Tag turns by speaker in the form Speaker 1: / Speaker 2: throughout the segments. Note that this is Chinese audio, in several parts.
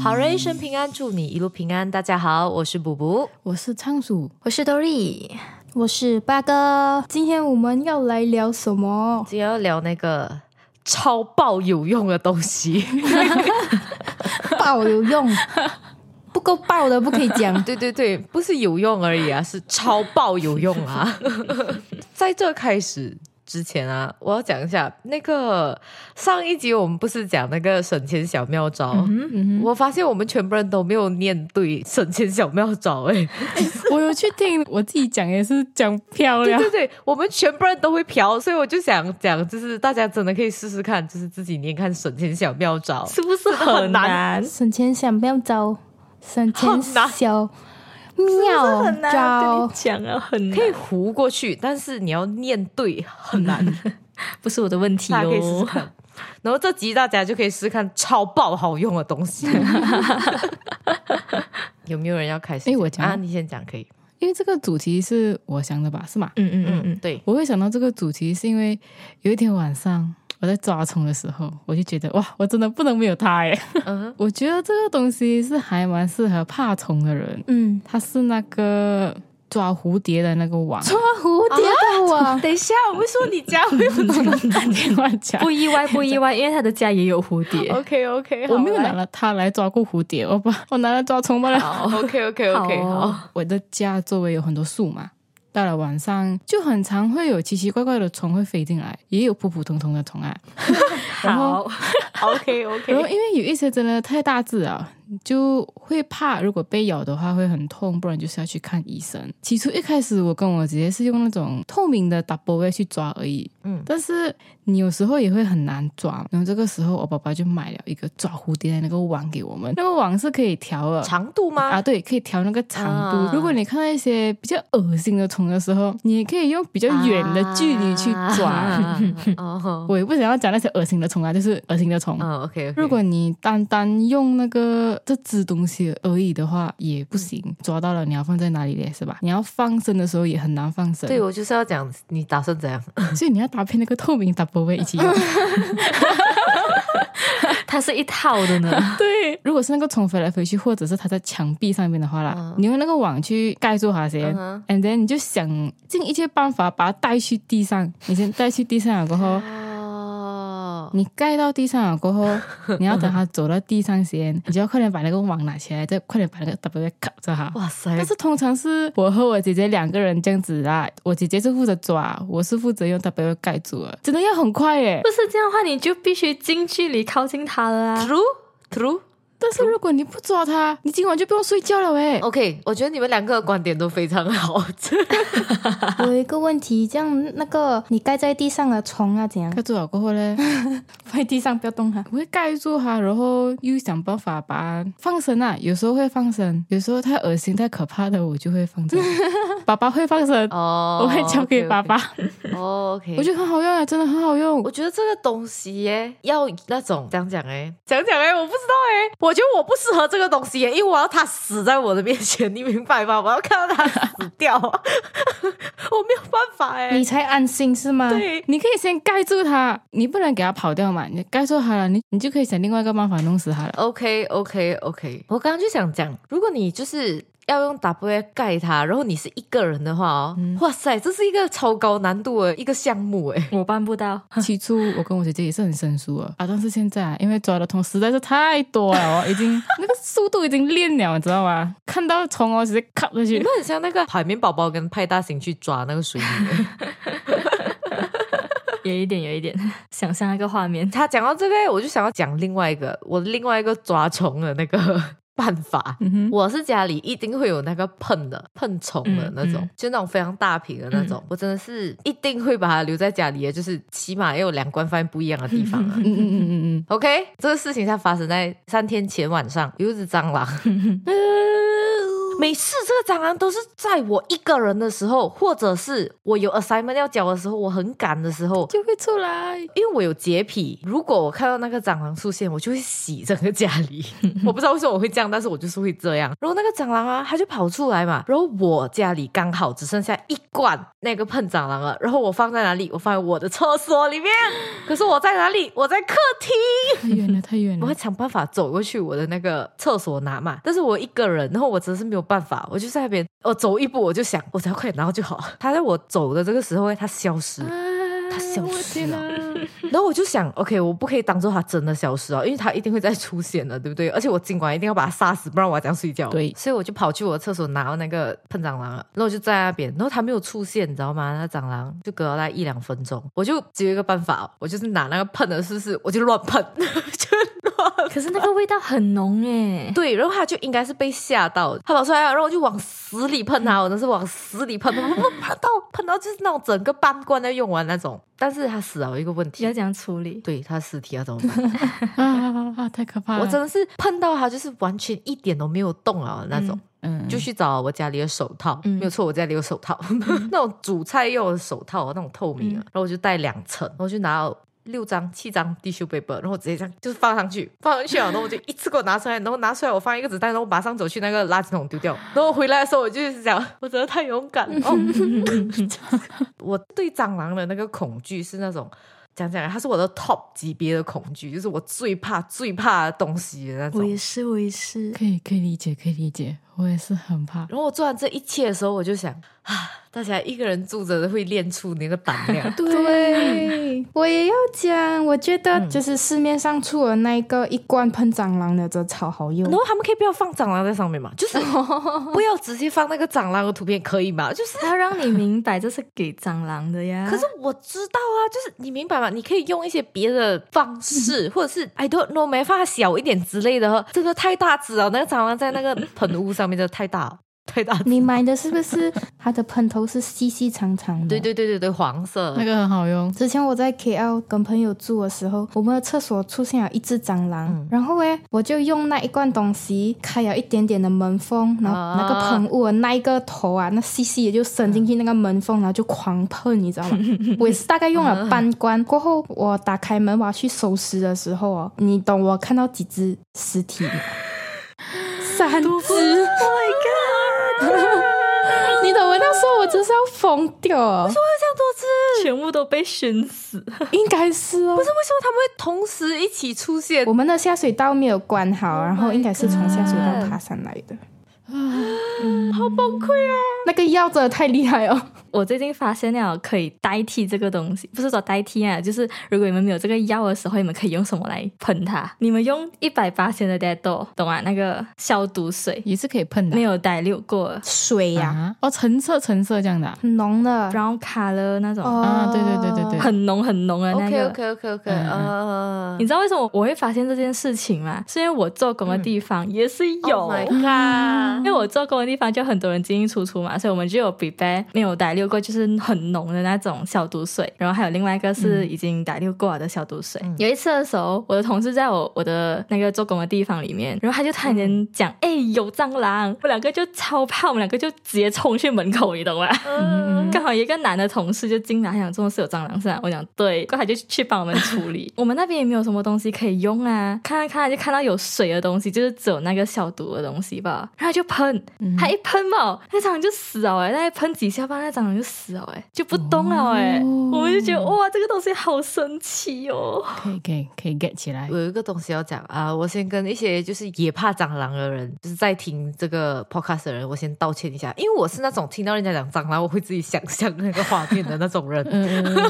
Speaker 1: Salvation 平安，祝你一路平安。大家好，我是卜卜。
Speaker 2: 我是仓鼠，
Speaker 3: 我是 Dory，
Speaker 4: 我是八哥，
Speaker 2: 今天我们要来聊什 么？
Speaker 1: 今天要聊那个超爆有用的东西。
Speaker 2: 爆有用，不够爆的不可以 讲。
Speaker 1: 对对对，不是有用而已啊，是超爆有用啊！ 在这开始之前啊，我要讲一下那个上一集我们不是讲那个省钱小妙招？
Speaker 2: 嗯
Speaker 1: 我发现我们全部人都没有念对省钱小妙招哎、
Speaker 2: 哼，我有去听，我自己讲也是讲漂亮
Speaker 1: 对。对对，我们全部人都会嫖，所以我就想讲，就是大家真的可以试试看，就是自己念看省钱小妙招，
Speaker 3: 是不是
Speaker 1: 很
Speaker 3: 很
Speaker 1: 难
Speaker 3: 难？
Speaker 2: 省钱想不要招，省钱
Speaker 1: 好难
Speaker 2: 小妙
Speaker 3: 很难，跟
Speaker 2: 招
Speaker 3: 你。讲啊，很
Speaker 1: 可以
Speaker 3: 难，
Speaker 1: 糊过去，但是你要念对很 难，
Speaker 3: 不是我的问题
Speaker 1: 大家可以试试
Speaker 3: 哦。
Speaker 1: 看。然后这集大家就可以试试看超爆好用的东 西。有没有人要开
Speaker 3: 哎
Speaker 1: 始？
Speaker 2: 诶我讲
Speaker 1: 啊，你先讲可以。
Speaker 5: 因为这个主题是我想的吧，是吗？
Speaker 3: 嗯嗯嗯
Speaker 1: 嗯
Speaker 3: 嗯，，
Speaker 1: 对，
Speaker 5: 我会想到这个主题，是因为有一天晚上我在抓虫的时候，我就觉得哇，我真的不能没有它哎。
Speaker 1: 嗯
Speaker 5: 我觉得这个东西是还蛮适合怕虫的人，
Speaker 2: 嗯，
Speaker 5: 它是那个抓蝴蝶的那个网。
Speaker 2: 蝴蝶的网，
Speaker 3: 等一下，我们说 你哦家会有
Speaker 5: 听我 讲，
Speaker 3: 不意外，不意外，因为他的家也有蝴蝶。
Speaker 2: 哦
Speaker 1: ，OK OK，
Speaker 5: 我没有拿了它来抓过蝴蝶，我把我拿来抓虫罢了。
Speaker 1: OK OK OK，
Speaker 3: 好哦
Speaker 1: 哦好，
Speaker 5: 我的家周围有很多树嘛，到了晚上就很常会有奇奇怪怪的虫会飞进来，也有普普通通的虫啊。然后
Speaker 3: 好，
Speaker 1: ，OK
Speaker 5: 然后
Speaker 1: OK，
Speaker 5: 因为有一些真的太大只啊，就会怕如果被咬的话会很痛，不然就是要去看医生。起初一开始我跟我姐姐是用那种透明的 double way 去抓而已，
Speaker 1: 嗯
Speaker 5: 但是你有时候也会很难抓。然后这个时候我爸爸就买了一个抓蝴蝶的那个网给我们，那个网是可以调的。
Speaker 1: 长度吗？
Speaker 5: 啊，对，可以调那个长度。
Speaker 1: 啊
Speaker 5: 如果你看到一些比较恶心的虫的时候，你也可以用比较远的距离去抓。
Speaker 1: 啊 哦，
Speaker 5: 我也不想要讲那些恶心的虫啊，就是恶心的虫。
Speaker 1: 嗯，OK，
Speaker 5: 如果你单单用那个这只东西而已的话，也不行。抓到了，你要放在哪里嘞？是吧？你要放生的时候也很难放生，啊
Speaker 1: 对我就是要讲，你打算怎样？
Speaker 5: 所以你要搭配那个透明 double way 一起用。
Speaker 3: 它是一套的呢。
Speaker 5: 对，如果是那个虫飞来飞去，或者是它在墙壁上面的话啦，
Speaker 1: 嗯
Speaker 5: 你用那个网去盖住它先、
Speaker 1: 嗯
Speaker 5: a n d then 你就想尽一切办法把它带去地上。你先带去地上了过 后。
Speaker 1: 哦，
Speaker 5: 你盖到地上了过后，你要等它走到地上先，你就要快点把那个网拿起来，再快点把那个 double way 卡着它。
Speaker 1: 哇塞
Speaker 5: 但，是通常是我和我姐姐两个人这样子啦，我姐姐是负责抓，我是负责用 W 盖住了，真的要很快耶
Speaker 3: 不。是这样的话，你就必须近距离靠近它了啊。
Speaker 1: true true。
Speaker 5: 但是如果你不抓它，你今晚就不用睡觉了喂。
Speaker 1: OK，我觉得你们两个的观点都非常好。
Speaker 2: 我有一个问题，这样那个你盖在地上的虫啊，怎样
Speaker 5: 盖？住了过后嘞，
Speaker 2: 放在地上不要动它。
Speaker 5: 我会盖住它，然后又想办法把它放生啊。有时候会放生，有时候太恶心、太可怕的，我就会放生。爸爸会放生，
Speaker 1: 哦
Speaker 5: 我会交给爸爸。。
Speaker 1: 哦，OK，
Speaker 5: 我
Speaker 1: 我觉
Speaker 5: 觉
Speaker 1: 得
Speaker 5: 得很好用啊，真的很好用
Speaker 1: 我。觉得这个东西耶，要那种讲讲哎，讲讲哎，我不知道哎，我觉得我不适合这个东西耶，因为我要它死在我的面前， 你明白吗？我要看到它死掉， 我没有办法哎
Speaker 2: 你。才安心是吗？。
Speaker 1: 对，
Speaker 5: 你可以先盖住它，你不能给它跑掉嘛。你盖住它了，你你就可以想另外一个办法弄死它了。
Speaker 1: OK OK OK，我刚刚就想讲，如果你就是要用 W 盖它，然后你是一个人的话哦，哇塞，这是一个超高难度的一个项目哎。
Speaker 3: 我办不到，
Speaker 5: 起初我跟我姐姐也是很生疏啊，啊，但是现在啊，因为抓的虫实在是太多了哦，已经那个速度已经练了，你知道吗？看到虫哦，直接卡 过
Speaker 1: 你
Speaker 5: 去
Speaker 1: 们。很像那 个海绵宝宝跟派大星去抓那个水母。
Speaker 3: 有一点，有一点， 想象那个画面。
Speaker 1: 他讲到这个，我就想要讲另外一个我另外一个抓虫的那个 办法。
Speaker 5: 嗯哼，
Speaker 1: 我是家里一定会有那个喷的喷虫的那种，
Speaker 3: 嗯嗯
Speaker 1: 就那种非常大瓶的那
Speaker 5: 嗯
Speaker 1: 种，我真的是一定会把它留在家里的，就是起码要有两罐放在不一样的地方啊。
Speaker 5: 嗯嗯嗯嗯嗯，嗯
Speaker 1: OK，这个事情它发生在三天前晚上，有一只蟑螂， 每次这个蟑螂都是在我一个人的时候，或者是我有 assignment 要交的时候，我很赶的时候，
Speaker 5: 就会出来。
Speaker 1: 因为我有洁癖，如果我看到那个蟑螂出现，我就会洗整个家里。我不知道为什么我会这样，但是我就是会这样。然后那个蟑螂啊，它就跑出来嘛。然后我家里刚好只剩下一罐那个喷蟑螂了。然后我放在哪里？我放在我的厕所里面。可是我在哪里？我在客厅。
Speaker 5: 太远了，太远
Speaker 1: 我会。
Speaker 5: 了
Speaker 1: 想办法走过去我的那个厕所拿嘛。但是我一个人，然后我真的是没有办法，我就在那边，我走一步我就想，我只要快点拿到就好。它在我走的这个时候，它消失了。它消失了，然后我就想，OK，我不可以当做它真的消失啊，因为它一定会再出现的，对不对？而且我今晚一定要把它杀死，不然我要怎样睡觉？
Speaker 5: 对
Speaker 1: 所以我就跑去我的厕所拿了那个喷蟑螂了，然后我就在那边，然后它没有出现，你知道吗？那蟑螂就隔了大概一两分钟，我就只有一个办法，我就是拿那个喷的试试，我就乱喷，就乱喷
Speaker 3: 可是那个味道很浓欸诶。
Speaker 1: 对，然后他就应该是被吓到，他跑出来了，然后我就往死里喷啊他，我真是往死里喷，喷喷喷喷到喷到就是那种整个半罐都用完那种。但是他死了有一个问
Speaker 3: 要
Speaker 1: 题，
Speaker 3: 怎样处理？
Speaker 1: 对他尸体要怎么办？
Speaker 5: 啊啊啊！太可怕了！
Speaker 1: 我真的是喷到他就是完全一点都没有动啊那种。
Speaker 5: 嗯，
Speaker 1: 就去找我家里的手套，
Speaker 3: 嗯
Speaker 1: 没有错，我家里有手套， 那种煮菜用的手套，那种透明的，然后我就带两层，然后就拿了六张、七张 tissue paper，然后我直接这样就是放上去，放上去啊，然后我就一次给我拿出来，然后拿出来我放一个纸袋，然后我马上走去那个垃圾桶丢掉，然后我回来的时候我就是想，我真的太勇敢了，哦、 我对蟑螂的那个恐惧是那种。讲讲来，它是我的 top 级别的恐惧，就是我最怕、最怕的东西的那种。
Speaker 3: 我也是，我也是。
Speaker 5: 可以可以理解，可以理解。我也是很怕。
Speaker 1: 然后我做完这一切的时候，我就想啊，大家一个人住着会练出你的胆 量
Speaker 2: 对，我也要讲，我觉
Speaker 1: 嗯
Speaker 2: 得就是市面上出的那一个一罐喷蟑螂的，这超好用
Speaker 1: 然。后他们可以不要放蟑螂在上面嘛， 就是不要直接放那个蟑螂的图片，可以吗？ 就是，
Speaker 3: 他要让你明白这是给蟑螂的呀。
Speaker 1: 可是我知道啊，就是你明白吗？你可以用一些别的方
Speaker 5: 嗯
Speaker 1: 式，或者是 I don't know，没法小一点之类的。真的太大只了，那个蟑螂在那个盆屋上面真的太大了，太大只。
Speaker 2: 你买的是不是它的喷头是细细长长的？
Speaker 1: 对。对对对对，黄色
Speaker 5: 那。个很好用，
Speaker 2: 之前我在 KL 跟朋友住的时候，我们的厕所出现了一只蟑螂，然后诶，我就用那一罐东西开了一点点的门缝，然后
Speaker 1: 啊
Speaker 2: 那个喷雾的那一个头啊，那细细的就伸进去那个门缝，然后就狂喷，你知道吗？我也是大概用了半罐，过后我打开门我要去收尸的时候哦，你懂我看到几只尸体吗，三只。 你懂我那时候我真是要疯掉哦，
Speaker 3: 全部都被熏死。
Speaker 2: 应该是哦，
Speaker 1: 不是为什么他们会同时一起出现
Speaker 2: 我？们的下水道没有关好，然后应该是从下水道爬上来的。
Speaker 1: 好崩溃啊！
Speaker 2: 那个药真的太厉害哦！
Speaker 3: 我最近发现了可以代替这个东西，不是说代替啊，就是如果你们没有这个药的时候，你们可以用什么来喷它？你们用一百八千的 Dettol，懂啊？那个消毒水
Speaker 5: 也是可以喷的。
Speaker 3: 没有带溜过
Speaker 2: 水呀、
Speaker 5: 啊，哦，橙色橙色这样的啊
Speaker 2: 很浓的。
Speaker 3: ，brown color 那种，
Speaker 2: 哦
Speaker 5: 啊，对对对对对，
Speaker 3: 很浓很浓的那
Speaker 1: OK
Speaker 3: 个。
Speaker 1: OK OK OK，
Speaker 5: 嗯
Speaker 1: 呃，
Speaker 3: 你知道为什么我会发现这件事情吗？是因为我做工的地方也是有。
Speaker 1: 嗯 Oh my god！
Speaker 3: 因为我做工的地方就很多人进进出出嘛，所以我们就有 prepare 没有打六过，就是很浓的那种消毒水，然后还有另外一个
Speaker 1: 嗯
Speaker 3: 是已经打六过了的消毒水。有一次的时候，我的同事在我我的那个做工的地方里面，然后他就突
Speaker 1: 嗯
Speaker 3: 然间讲：“哎、有蟑螂！”我两个就超怕，我们两个就直接冲去门口，你懂吗？ 刚好有一个男的同事就进来，他讲这是有蟑螂是吧？我讲对，过后他就去帮我们处理。我们那边也没有什么东西可以用啊，看来看来就看到有水的东西，就是只有那个消毒的东西吧。然后他就喷，他一喷嘛，那蟑螂就死了哎、那一喷几下吧，那蟑螂就死了哎、就不动了哎、我们就觉得哇，这个东西好神奇哦。。
Speaker 5: 可以可以可以 get 起来
Speaker 1: 我。有一个东西要讲啊，我先跟一些就是也怕蟑螂的人，就是在听这个 podcast 的人，我先道歉一下，因为我是那种听到人家讲蟑螂，我会自己想象那个画面的那种 人。嗯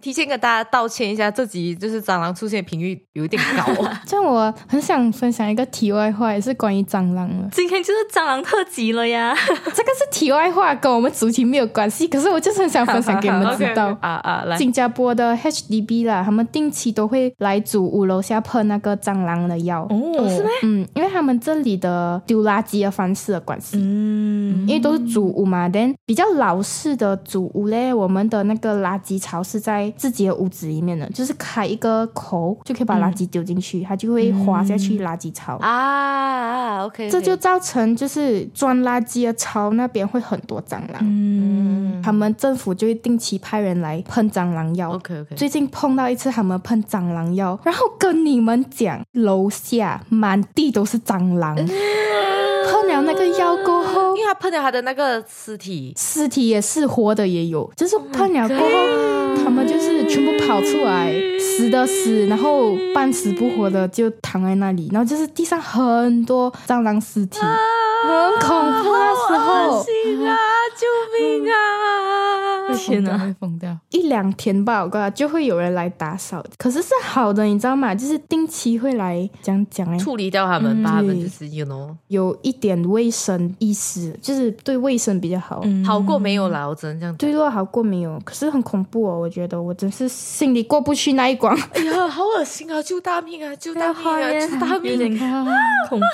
Speaker 1: 提前跟大家道歉一下，这集就是蟑螂出现频率有一点高。
Speaker 2: 像我很想分享一个题外话，也是关于蟑螂的
Speaker 3: 今天就是蟑螂特辑了呀，
Speaker 2: 这个是题外话，跟我们主题没有关系，可是我就是很想分享给你们 知道。
Speaker 3: 啊啊，来，
Speaker 2: 新加坡的 HDB 啦，他们定期都会来煮五楼下喷那个蟑螂的药。
Speaker 3: 哦，是吗？
Speaker 2: 嗯，因为他们这里的丢垃圾的方式的关系，
Speaker 3: 嗯，
Speaker 2: 因为都是祖屋嘛，但比较老式的祖屋嘞，我们的那个垃圾槽是在自己的屋子里面的，就是开一个口就可以把垃圾丢进去，它就会滑下去垃圾
Speaker 1: 嗯
Speaker 2: 槽。
Speaker 1: 啊，OK，
Speaker 2: 这就造成就是装垃圾的槽那边会很多蟑螂，嗯，他们政府就会定期派人来喷蟑螂药。
Speaker 1: OK OK，
Speaker 2: 最近碰到一次他们喷蟑螂药，然后跟你们讲，楼下满地都是蟑螂，喷了那个药过后
Speaker 1: 因为，他碰到他的那个尸体，
Speaker 2: 尸体也是活的也有，就是
Speaker 1: Oh
Speaker 2: 喷了过后，他们就是全部跑出来，死的死，然后半死不活的就躺在那里，然后就是地上很多蟑螂尸体，很恐怖啊那时候。
Speaker 1: 啊心啊，救命啊！
Speaker 3: 嗯天
Speaker 5: 哪，
Speaker 3: 哪
Speaker 5: 会 疯掉！
Speaker 2: 一两天吧，我告诉你就会有人来打扫，可是是好的，你知道吗？就是定期会来讲讲哎，
Speaker 1: 处理掉他们，把他们
Speaker 2: 对
Speaker 1: 就是 you know
Speaker 2: 有一点卫生意识，就是对卫生比较好。
Speaker 1: 好过没有啦，我只能这样讲。
Speaker 2: 对落好过没有？可是很恐怖哦，我觉得我真是心里过不去那一关。
Speaker 1: 哎呀，好恶心啊！救大命啊！救大命
Speaker 3: 画
Speaker 1: 啊！
Speaker 3: 面
Speaker 1: 救大
Speaker 3: 有
Speaker 1: 命！
Speaker 3: 点恐怖。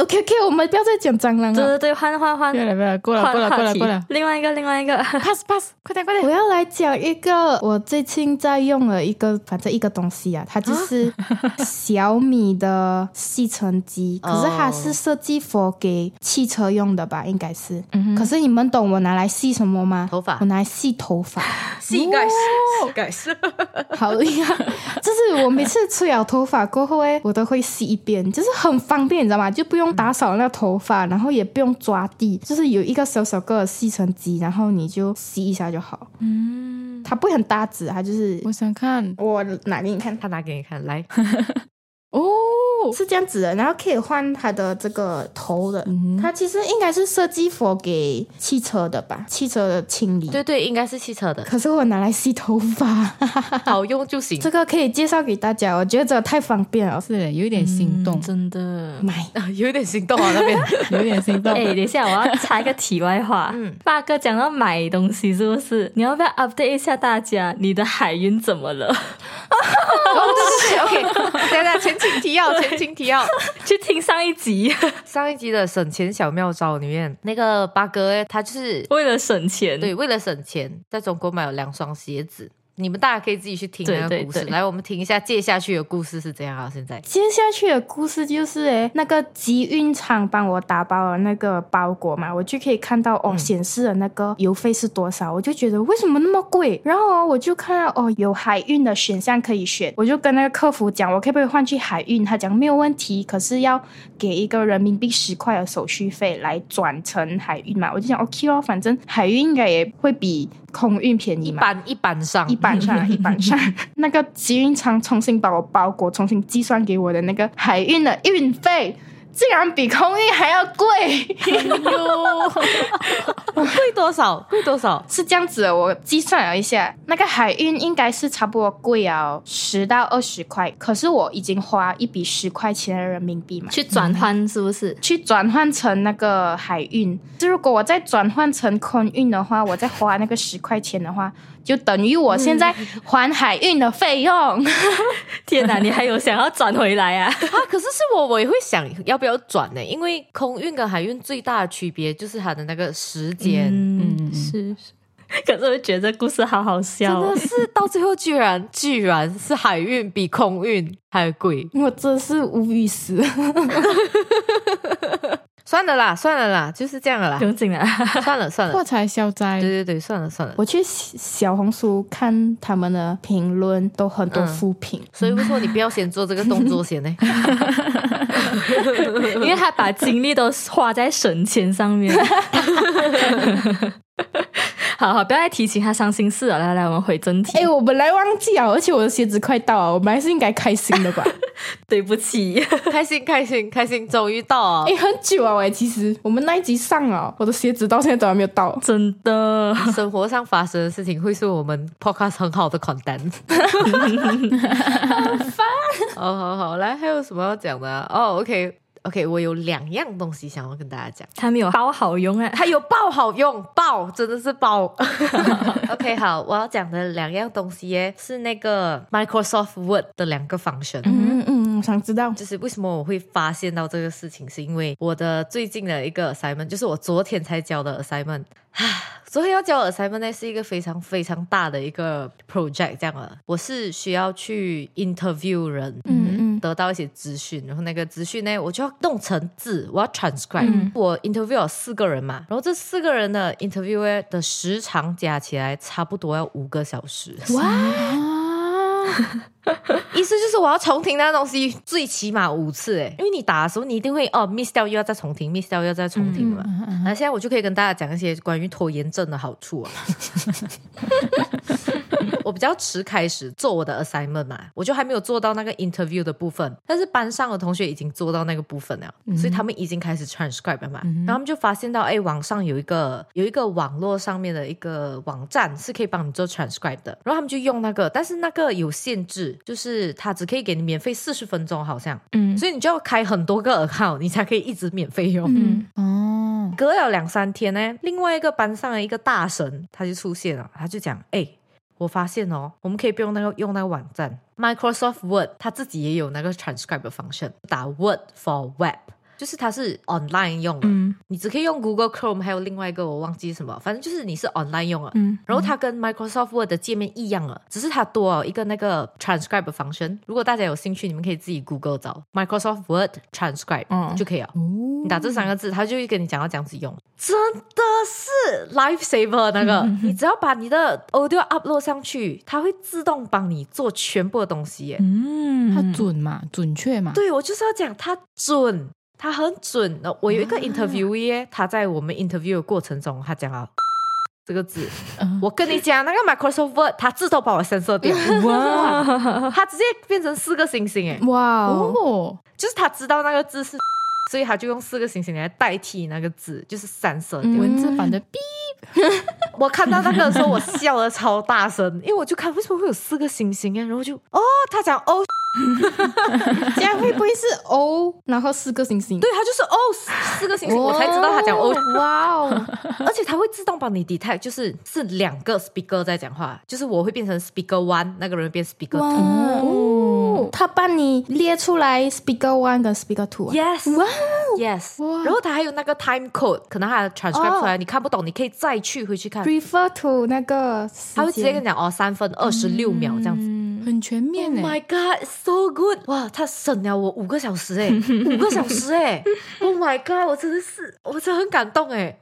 Speaker 2: OK OK，我们不要再讲蟑螂
Speaker 3: 对
Speaker 2: 了，
Speaker 3: 对对，换换换
Speaker 5: 不，要了不要了，过了过
Speaker 3: 换
Speaker 5: 了过
Speaker 3: 话
Speaker 5: 了
Speaker 3: 题
Speaker 5: 过了。。
Speaker 3: 另外一个，另外一 个，
Speaker 5: pass pass，快点快
Speaker 2: 我！要来讲一个我最近在用了一个，反正一个东西啊，它就是小米的吸尘机，可是它是设计 for 给汽车用的吧，应该是。可是你们懂我拿来吸什么吗？
Speaker 1: 头发
Speaker 2: 我拿来吸头发。
Speaker 1: 膝盖是膝盖 是，
Speaker 2: 好厉害！就是我每次吹了头发过后，哎，我都会吸一遍，就是很方便，你知道吗？就不用打扫那个头发，然后也不用抓地，就是有一个小小个的吸尘机，然后你就吸一下就好。嗯，它不会很大只，它就是
Speaker 5: 我想看
Speaker 2: 我拿给你看，
Speaker 1: 他拿给你看，来，
Speaker 5: 哦，
Speaker 2: 是这样子的，然后可以换它的这个头的。它其实应该是设计佛给汽车的吧，汽车的清理。
Speaker 1: 对对，应该是汽车的，
Speaker 2: 可是我拿来吸头发，
Speaker 1: 好用就行啊
Speaker 2: 这。个可以介绍给大家，我觉得这个太方便了，
Speaker 5: 是嘞，有一点心
Speaker 1: 嗯
Speaker 5: 动，
Speaker 3: 真的。
Speaker 2: 买。
Speaker 1: 啊有点心动啊，那 边
Speaker 5: 有一点心动。
Speaker 3: 哎，等一下，我要插一个题外话。 嗯，八哥讲到买东西是不是？你要不要 update 一下大家？你的海运怎么了？
Speaker 1: 哦 OK，等等，前情提要，前情提要。
Speaker 3: 去听上一集，
Speaker 1: 上一集的省钱小妙招里面，那个八哥欸他就是
Speaker 3: 为了省钱。
Speaker 1: 对为了省钱，在中国买了两双鞋子。你们大家可以自己去听那
Speaker 3: 对
Speaker 1: 个
Speaker 3: 对
Speaker 1: 故事，
Speaker 3: 对
Speaker 1: 来，我们听一下接下去的故事是怎样啊？现在
Speaker 2: 接下去的故事就是，诶，那个集运厂帮我打包了那个包裹嘛，我就可以看到哦，显示的那个邮费是多少，我就觉得为什么那么贵？然后哦我就看到哦，有海运的选项可以选，我就跟那个客服讲，我可不可以换去海运？他讲没有问题，可是要给一个人民币十块的手续费来转成海运嘛，我就想 OK 哦，反正海运应该也会比空运便宜
Speaker 1: 一
Speaker 2: 嘛。
Speaker 1: 般 一般上
Speaker 2: 一板 上，一板上。那个集运仓重新把我包裹重新计算给我的那个海运的运费，竟然比空运还要贵，
Speaker 1: 哟，贵多少？贵多少？
Speaker 2: 是这样子的。我计算了一下，那个海运应该是差不多贵啊，十到二十块。可是我已经花一笔十块钱的人民币嘛。
Speaker 3: 去转换是不是？
Speaker 2: 去转换成那个海运，就如果我再转换成空运的话，我再花那个十块钱的话，就等于我现在还海运的费用。
Speaker 3: 天哪，你还有想要转回来 啊？
Speaker 1: 啊，可是是我，我也会想要不要转呢、因为空运跟海运最大的区别就是它的那个时间，
Speaker 3: 嗯，是是。可是我觉得这故事好好笑、
Speaker 1: 真
Speaker 3: 哦
Speaker 1: 的，是到最后居然居然是海运比空运还贵。
Speaker 2: 我真是无语死 了。
Speaker 1: 算了啦，算了啦，就是这样了啦
Speaker 3: 不，用紧啊了。
Speaker 1: 算了算
Speaker 5: 嗯 破
Speaker 1: 了，
Speaker 5: 财消
Speaker 1: 对
Speaker 5: 灾，
Speaker 1: 对对，算了算了。
Speaker 2: 我去小红书看他们的评论，都很多负评。
Speaker 1: 所以为什么你不要先做这个动作先呢？
Speaker 3: 因为他把精力都花在省钱上 面。好好，不要再提起他伤心事了。来来，我们回正题。
Speaker 2: 哎、我本来忘记了，而且我的鞋子快到啊了，我们还是应该开心的 吧？
Speaker 3: 对不起，
Speaker 1: 开心开心开心，终于到啊
Speaker 2: 哎、！很久啊，喂，其实我们那一集上了，我的鞋子到现在都还没有到。
Speaker 3: 真的。
Speaker 1: 生活上发生的事情会是我们 podcast 很好的 content。好好好，来，还有什么要讲的啊？哦，OK、o k OK，我有两样东西想要跟大家讲，
Speaker 3: 它没有包好用啊，
Speaker 1: 它有爆好用，爆真的是爆。OK，好，我要讲的两样东西耶，是那个 Microsoft Word 的两个 function。
Speaker 2: 嗯嗯，我想知道。
Speaker 1: 就是为什么我会发现到这个事情，是因为我的最近的一个 assignment，就是我昨天才交的 assignment。唉，昨天要交的 assignment 呢，是一个非常非常大的一个 project，这样啊，我是需要去 interview 人，
Speaker 2: 嗯嗯
Speaker 1: 得到一些资讯，然后那个资讯呢，我就要弄成字，我要 transcribe、我
Speaker 2: 嗯
Speaker 1: interview 有四个人嘛，然后这四个人的 interview 呢的时长加起来差不多要五个小时。
Speaker 5: 啊
Speaker 1: 意思就是我要重听那东西最起码五次哎，因为你打的时候你一定会哦 miss 掉又要再重听，miss 掉又要再重听嘛。那、现在我就可以跟大家讲一些关于拖延症的好处啊。 我比较迟开始做我的 assignment 嘛，我就还没有做到那个 interview 的部分，但是班上的同学已经做到那个部分了，所以他们已经开始 transcribe 了嘛。然后他们就发现到，哎，网上有一个有一个网络上面的一个网站是可以帮你做 transcribe 的，然后他们就用那个，但是那个有限制，就是它只可以给你免费四十分钟，好像，
Speaker 3: 嗯
Speaker 1: 所以你就要开很多个 account，你才可以一直免费用。
Speaker 3: 嗯
Speaker 5: 哦，
Speaker 1: 隔了两三天呢，另外一个班上的一个大神他就出现了，他就讲：“哎，我发现哦，我们可以不用那个用那个网站，Microsoft Word 它自己也有那个 transcribe 的 function，打 Word for Web。”就是它是 online 用的，
Speaker 3: 嗯
Speaker 1: 你只可以用 Google Chrome，还有另外一个我忘记什么，反正就是你是 online 用了。
Speaker 3: 嗯
Speaker 1: 然后它跟 Microsoft Word 的界面一样了，只是它多了一个那个 transcribe 的 function。如果大家有兴趣，你们可以自己 Google 找 Microsoft Word transcribe、
Speaker 3: 嗯
Speaker 1: 就可以了。你打这三个字，它就会跟你讲要怎样子用，真的是 life saver 那个。你只要把你的 audio upload 上去，它会自动帮你做全部的东西耶。
Speaker 3: 嗯，
Speaker 5: 它准嘛，准确嘛，
Speaker 1: 对，我就是要讲它准，它很准。呃我有一个 interview 耶，他在我们 interview 的过程中，他讲啊这个字，我跟你讲，那个 Microsoft Word 它自动把我删色掉，哇，它直接变成四个星星哎，
Speaker 2: 哇哦，
Speaker 5: 哦，
Speaker 1: 就是他知道那个字是，所以他就用四个星星来代替那个字，就是删色掉。
Speaker 5: 文字版的 B
Speaker 1: 我看到那个的时候，我笑的超大声，因为我就看为什么会有四个星星哎，然后就哦，他讲哦，
Speaker 2: 这样会不会是 O，然后四个星星？
Speaker 1: 对，他就是哦，四个星星，我才知道他讲哦。
Speaker 2: 哇哦，
Speaker 1: 而且它会自动帮你 detect，就是是两个 speaker 在讲话，就是我会变成 speaker one，那个人会变 speaker
Speaker 2: 哇
Speaker 1: two。
Speaker 2: 哦，他帮你列出来 speaker one 跟 speaker two 啊。
Speaker 1: Yes，哇，Yes，然后它还有那个 time code，可能它 transcribe
Speaker 2: 哦
Speaker 1: 出来你看不懂，你可以再去回去看，
Speaker 2: refer to 那个时间，
Speaker 1: 它会直接跟你讲哦，三分二十六秒这样子。
Speaker 5: 很全面
Speaker 1: Oh
Speaker 5: 呢。
Speaker 1: my god，so good！哇，他省了我五个小时哎、 五个小时哎、o h my god，我真的是，我真的很感动哎、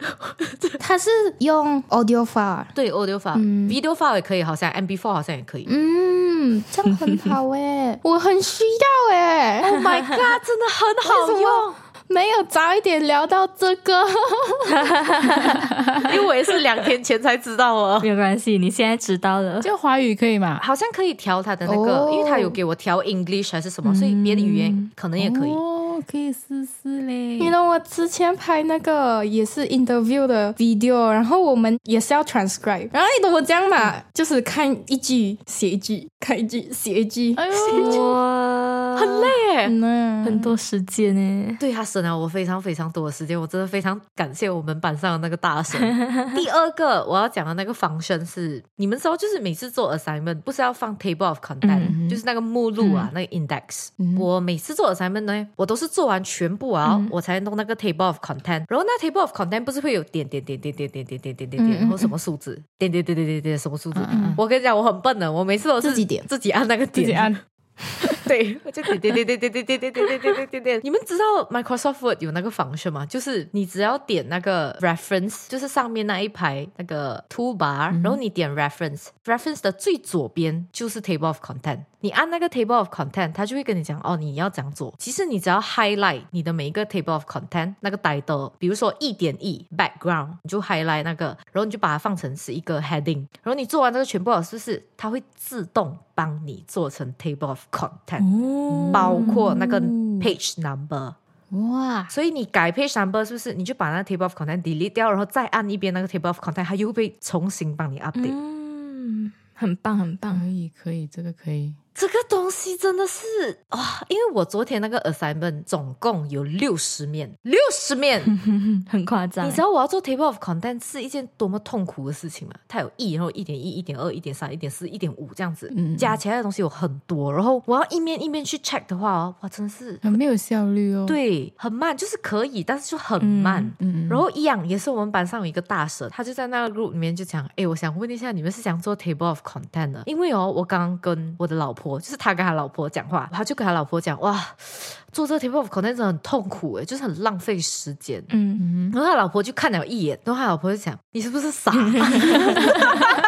Speaker 2: 他是用 audio file 啊。
Speaker 1: 对，audio file，video、file 也可以，好像 MB four 好像也可以。
Speaker 2: 嗯，这样很好哎、我很需要哎、
Speaker 1: Oh my god，真的很好用。
Speaker 2: 没有早一点聊到这个，
Speaker 1: 因为我也是两天前才知道哦。
Speaker 3: 没有关系，你现在知道了。
Speaker 5: 这样华语可以吗？
Speaker 1: 好像可以调它的那个
Speaker 2: 哦
Speaker 1: 因为它有给我调 English 还是什么，所以别的语言可能也可以。
Speaker 5: 哦，可以试试嘞。
Speaker 2: 你懂我之前拍那个也是 interview 的 video，然后我们也是要 transcribe，然后你懂我这样嘛，就是看一句写一句，看一句写一句，
Speaker 5: 哎呦，
Speaker 3: 哇，很累，
Speaker 1: 欸
Speaker 2: 嗯啊
Speaker 3: 很多时间呢。
Speaker 1: 对他省了我非常非常多的时间，我真的非常感谢我们班上的那个大神。第二个我要讲的那个方身是，你们知道，就是每次做 assignment 不是要放 table of content，、就是那个目录啊，那个 index、我每次做 assignment 呢，我都是做完全部啊，我才弄那个 table of content。然后那 table of content 不是会有点点点点点点点点点点点，然后什么数字，点点点点点点什么数字。我跟你讲，我很笨的，我每次都是
Speaker 2: 自己点
Speaker 1: 自己按那个点，
Speaker 5: 自己按。
Speaker 1: 对， 我就点点点点点点点点点点点点点。你们知道 Microsoft Word 有那个 function 吗？就是你只要点那个 reference，就是上面那一排那个 toolbar，、然后你点 reference，reference 的最左边就是 table of content。你按那个 table of content，它就会跟你讲哦，你要讲左。其实你只要 highlight 你的每一个 table of content 那个 title，比如说一点一 background，你就 highlight 那个，然后你就把它放成是一个 heading，然后你做完这个全部了，是不是它会自动帮你做成 table of content？、包括那个
Speaker 5: 嗯
Speaker 1: page number。
Speaker 3: 哦
Speaker 5: 哇，
Speaker 1: 所以你改 page number 是不是？你就把那个 table of content delete 掉，然后再按一边那个 table of content，它又
Speaker 5: 嗯
Speaker 1: 会被重新帮你 update，、
Speaker 3: 嗯，很棒，很棒。
Speaker 5: 可以可以，这个可以。
Speaker 1: 这个东西真的是哇、因为我昨天那个 assignment 总共有六十面，六 十面。
Speaker 3: 很夸张。
Speaker 1: 你知道我要做 table of content 是一件多么痛苦的事情吗？它有一，然后一点一、一点二、一点三、一点四、一点五这样子，
Speaker 5: 嗯
Speaker 1: 加起来的东西有很多，然后我要一面一面去 check 的话哦，哇，真的是
Speaker 5: 很没有效率哦。，
Speaker 1: 对，很慢，就是可以，但是就很慢。
Speaker 5: 嗯，
Speaker 1: 然后一样也是我们班上有一个大神，他就在那个 group 里面就讲，哎，我想问一下，你们是想做 table of content 的？因为哦，我刚刚跟我的老婆，就是他跟他老婆讲话，他就跟他老婆讲，哇，做这个 table of content 真的很痛苦诶，就是很浪费时间。
Speaker 3: 嗯，
Speaker 1: 然后他老婆就看了一眼，然后他老婆就讲：“你是不是傻？”因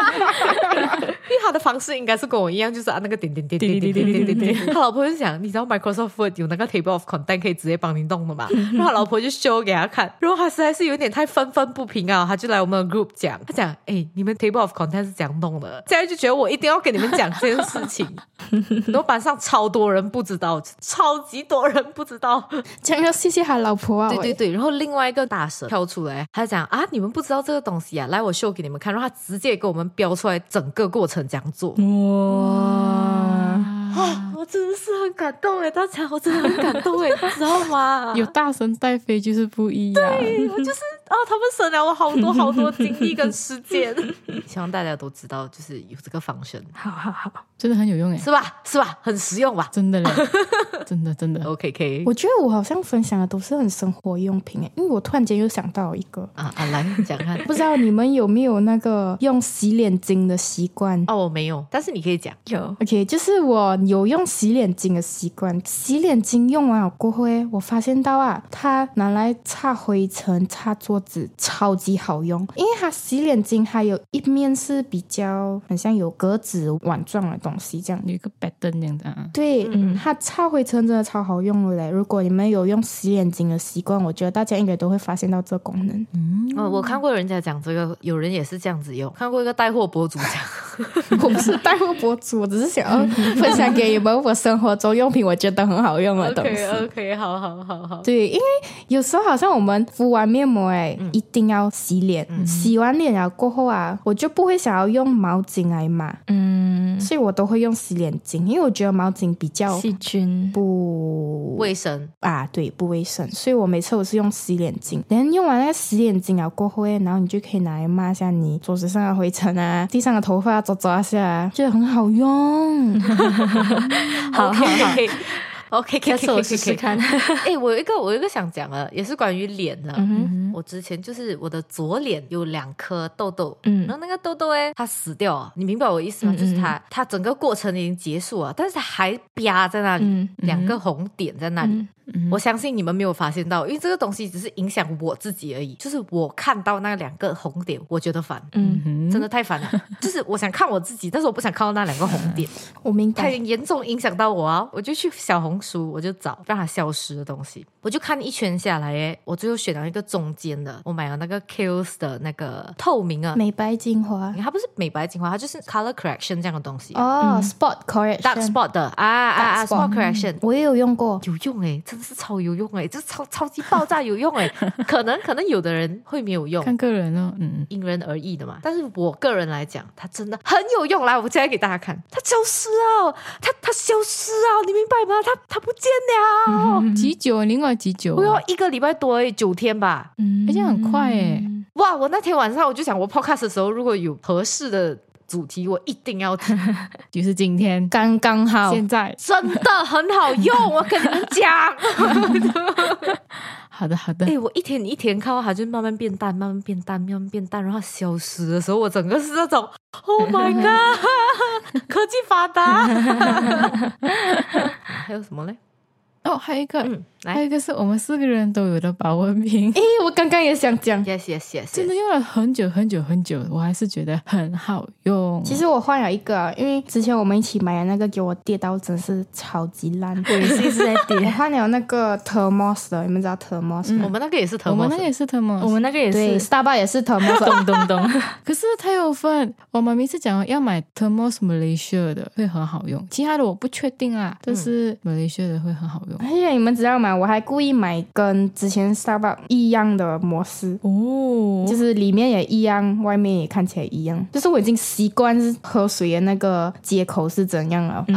Speaker 1: 为他的方式应该是跟我一样，就是按啊那个点点点点点点点点点。他老婆就讲：“你知道 Microsoft Word 有那个 Table of Content 可以直接帮你弄的嘛？”然后他老婆就 show 给他看，然后他实在是有点太愤愤不平啊，他就来我们的 group 讲，他讲：“哎，你们 Table of Content 是怎样弄的？”现在就觉得我一定要跟你们讲这件事 情。然后班上超多人不知道，超级多人不知道。
Speaker 2: 这样要谢谢他老婆啊！
Speaker 1: 对对
Speaker 2: 喂，
Speaker 1: 对，然后另外一个大神跳出来，他讲啊，你们不知道这个东西啊，来我秀给你们看，然后他直接给我们标出来整个过程怎样做。
Speaker 5: 哇，
Speaker 1: 啊，我真的是很感动哎，大家我真的很感 动哎，你知道吗？
Speaker 5: 有大神带飞就是不一样。
Speaker 1: 我就是啊，他们省了我好多好多精力跟时间。 希望大家都知道，就是有这个方身，
Speaker 3: 好好好，
Speaker 5: 真的很有用哎，
Speaker 1: 是吧？是吧？很实用吧
Speaker 5: 真 的嘞，真的真的。
Speaker 1: ？OK K
Speaker 2: 我觉得我好像分享的都是很生活用品诶，欸因为我突然间又想到一个，
Speaker 1: 啊啊，来讲看。
Speaker 2: 不知道你们有没有那个用洗脸巾的习惯？
Speaker 1: 哦，我没有，但是你可以讲。
Speaker 3: 有
Speaker 2: OK，就是我有用洗脸巾的习惯。洗脸巾用完了过后诶，我发现到啊，它拿来擦灰尘、擦桌子，超级好用。因为它洗脸巾还有一面是比较很像有格子碗状的东西这样。
Speaker 5: 有一个 pattern 这样子啊，
Speaker 2: 对，它擦灰尘真的超好用的嘞。如果你们有用洗脸巾的习惯，我觉得大家应该都会发现到这功能。
Speaker 1: 哦，我看过人家讲这个，有人也是这样子用，看过一个带货博主 讲。
Speaker 2: 我不是带货博主，我只是想要 分享给你们我生活中用品，我觉得很好用的东西。
Speaker 1: OK，好好好好。
Speaker 2: 对，因为有时候好像我们敷完面膜哎、一定要洗脸，洗完脸了过后啊，我就不会想要用毛巾来抹，
Speaker 3: 嗯
Speaker 2: 所以我都会用洗脸巾，因为我觉得毛巾比较
Speaker 3: 细菌，
Speaker 2: 不
Speaker 1: 卫生，
Speaker 2: 啊，对，不卫生，所以我每次我是用洗脸巾，然后用完那个洗脸巾了过后欸，然后你就可以拿来抹一下你桌子上的灰尘啊，地上的头发抓抓一下啊，就很好用。
Speaker 3: 好好好，
Speaker 1: OK，
Speaker 3: 下次我试试。 看。
Speaker 1: 哎，我有一个，我有一个想讲的，也是关于脸的。
Speaker 3: 嗯
Speaker 1: 我之前就是我的左脸有两颗痘痘，
Speaker 3: 嗯
Speaker 1: 然 后那个痘痘哎，它死掉了，你明白我意思吗？
Speaker 3: 嗯嗯
Speaker 1: 就是它，它整个过程已经结束了，但是它还啪在那里，
Speaker 3: 嗯
Speaker 1: 两个红点在那里。
Speaker 3: 嗯
Speaker 1: 我相信你们没有发现到，因为这个东西只是影响我自己而已。就是我看到那两个红点，我觉得烦，
Speaker 3: 嗯，
Speaker 1: 真的太烦 了。就是我想看我自己，但是我不想看到那两个红点。
Speaker 2: 我明
Speaker 1: 它
Speaker 2: 白，
Speaker 1: 严重影响到我啊！我就去小红书，我就找让它消失的东西，我就看一圈下来，诶，我最后选了一个中间的，我买了那个 Kills 的那个透明啊，
Speaker 2: 美白精华
Speaker 1: 它不是美白精华，它就是 Color Correction 这样的东西、
Speaker 2: 哦、s p o t
Speaker 1: d a r k
Speaker 2: correction，
Speaker 1: spot 的啊啊啊
Speaker 2: Dark
Speaker 1: ，spot
Speaker 2: spot 嗯
Speaker 1: correction。
Speaker 2: 我也有用过，
Speaker 1: 有用诶，真的是超有用欸诶，这超超级爆炸有 用诶。欸可能可能有的人会没有用，
Speaker 5: 看个人哦，嗯，
Speaker 1: 因人而异的嘛。但是我个人来讲，它真的很有用。来，我现在给大家看，它消失了，它它消失了，你明白吗？它它不见了。
Speaker 2: 嗯
Speaker 5: 嗯几久？另外几久？嗯
Speaker 1: 我要一个礼拜多而已，欸九天吧。
Speaker 2: 嗯
Speaker 5: 而且很快哎，
Speaker 1: 哇！我那天晚上我就想，我 podcast 的时候如果有合适的主题，我一定要听，
Speaker 5: 就是今天，
Speaker 2: 刚刚好。
Speaker 5: 现在。
Speaker 1: 真的很好用，我跟你们讲。
Speaker 5: 好的，好 的
Speaker 1: 哎、。我一天一天看到它就慢慢变淡，慢慢变淡，慢慢变淡，然后它消失的时候，我整个是那种 Oh my God，科技发达。还有什么嘞？
Speaker 5: 哦，还有一个，
Speaker 1: 嗯，
Speaker 5: 还有
Speaker 1: 来
Speaker 5: 一个是我们四个人都有的保温瓶，
Speaker 2: 诶，我刚刚也想讲，
Speaker 1: ，yes yes yes，
Speaker 5: 真的用了很久很久很久，我还是觉得很好用。
Speaker 2: 其实我换了一个啊，因为之前我们一起买的那个给我跌到真是超级烂， 我也是一直在跌。我换了那个 Thermos 的，你们知道 Thermos
Speaker 1: 嗯哦我
Speaker 2: 吗？
Speaker 1: 们那个也是
Speaker 5: 我
Speaker 1: 藤
Speaker 5: 们
Speaker 1: 蔓
Speaker 5: 那个也是 Thermos，
Speaker 3: 我们那个也
Speaker 2: 对
Speaker 3: 是，
Speaker 2: ，Starbucks 嗯也是 Thermos。
Speaker 3: 咚咚咚，
Speaker 5: 可是它有分，我妈咪是讲要买嗯 Thermos Malaysia 的会很好用，其他的我不确定啊，但是 Malaysia 的会很好用。用。
Speaker 2: 而哎且你们知道吗？我还故意买跟之前 Starbucks 一样的摩斯，
Speaker 3: 哦
Speaker 2: 就是里面也一样，外面也看起来一样。就是我已经习惯是喝水的那个接口是怎样了。
Speaker 3: 啊嗯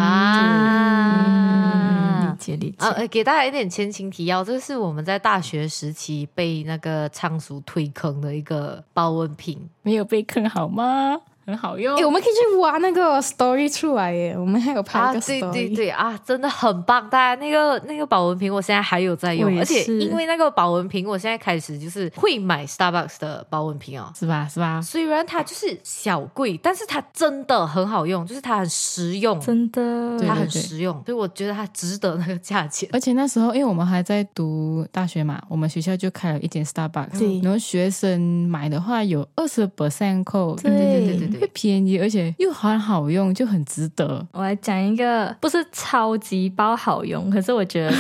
Speaker 1: 啊。
Speaker 3: 理解理解
Speaker 1: 啊，呃给大家一点前情提要，这是我们在大学时期被那个仓鼠推坑的一个保温瓶。
Speaker 5: 没有被坑好吗？很好用
Speaker 2: 哎、
Speaker 1: 哦
Speaker 2: 我们可以去挖那个 story 出来耶，我们还有拍
Speaker 1: 啊，
Speaker 2: 一个
Speaker 1: 对
Speaker 2: story。
Speaker 1: 对对啊，真的很棒！大家那个那个保温瓶，我现在还有在
Speaker 3: 我
Speaker 1: 用，
Speaker 3: 也
Speaker 1: 而且
Speaker 3: 是
Speaker 1: 因为那个保温瓶，我现在开始就是会买 Starbucks 的保温瓶哦。
Speaker 5: 是吧？是吧？
Speaker 1: 虽然它就是小贵，但是它真的很好用，就是它很实用，
Speaker 3: 真的
Speaker 5: 对
Speaker 1: 它很实用，所以我觉得它值得那个价钱。
Speaker 5: 而且那时候，因为我们还在读大学嘛，我们学校就开了一间 Starbucks，
Speaker 1: 嗯
Speaker 2: 对
Speaker 5: 然后学生买的话有二十 percent 扣，
Speaker 3: 对
Speaker 1: 对对对对
Speaker 5: 会
Speaker 1: 对，
Speaker 5: 便宜，而且又很好用，就很值得。
Speaker 3: 我来讲一个不是超级包好用，可是我觉得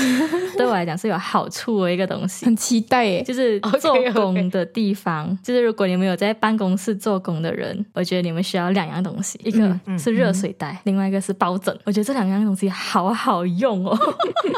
Speaker 3: 对我来讲是有好处的一个东 西。
Speaker 2: 很期待耶！
Speaker 3: 就是做
Speaker 1: OK，OK
Speaker 3: 工的地方就是如果你们有在办公室做工的人，我觉得你们需要两样东西，一个是热水袋，另外一个是抱枕。我觉得这两样东西好好用 哦，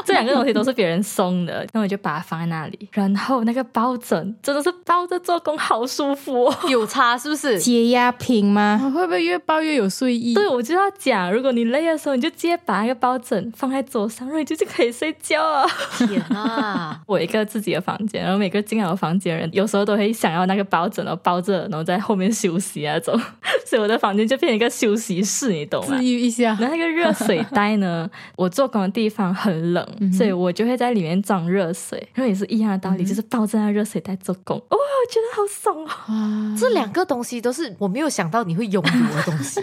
Speaker 3: 这两个东西都是别人送的，那我就把它放在那里。然后那个抱枕真的是抱着做工好舒服哦。
Speaker 1: 有差是不 是？
Speaker 2: 解压瓶吗？
Speaker 5: 啊，会不会越抱越有睡意？
Speaker 3: 对，我就要讲，如果你累的时候，你就直接把那个抱枕放在桌上，然后你就是可以睡觉啊。
Speaker 1: 天啊！
Speaker 3: 我一个自己的房间，然后每个进来我房间的人，有时候都会想要那个抱枕，然后抱着，然后在后面休息啊，这种， 所以我的房间就变成一个休息室，你懂吗
Speaker 5: 治？愈一下。
Speaker 3: 然后那个热水袋呢，我做工的地方很冷，所以我就会在里面装热水，然后也是一样的道理，就是抱着那热水袋做工，哇、我觉得好爽哦！
Speaker 1: 这两个东西都是我没有想到你会拥有的东西，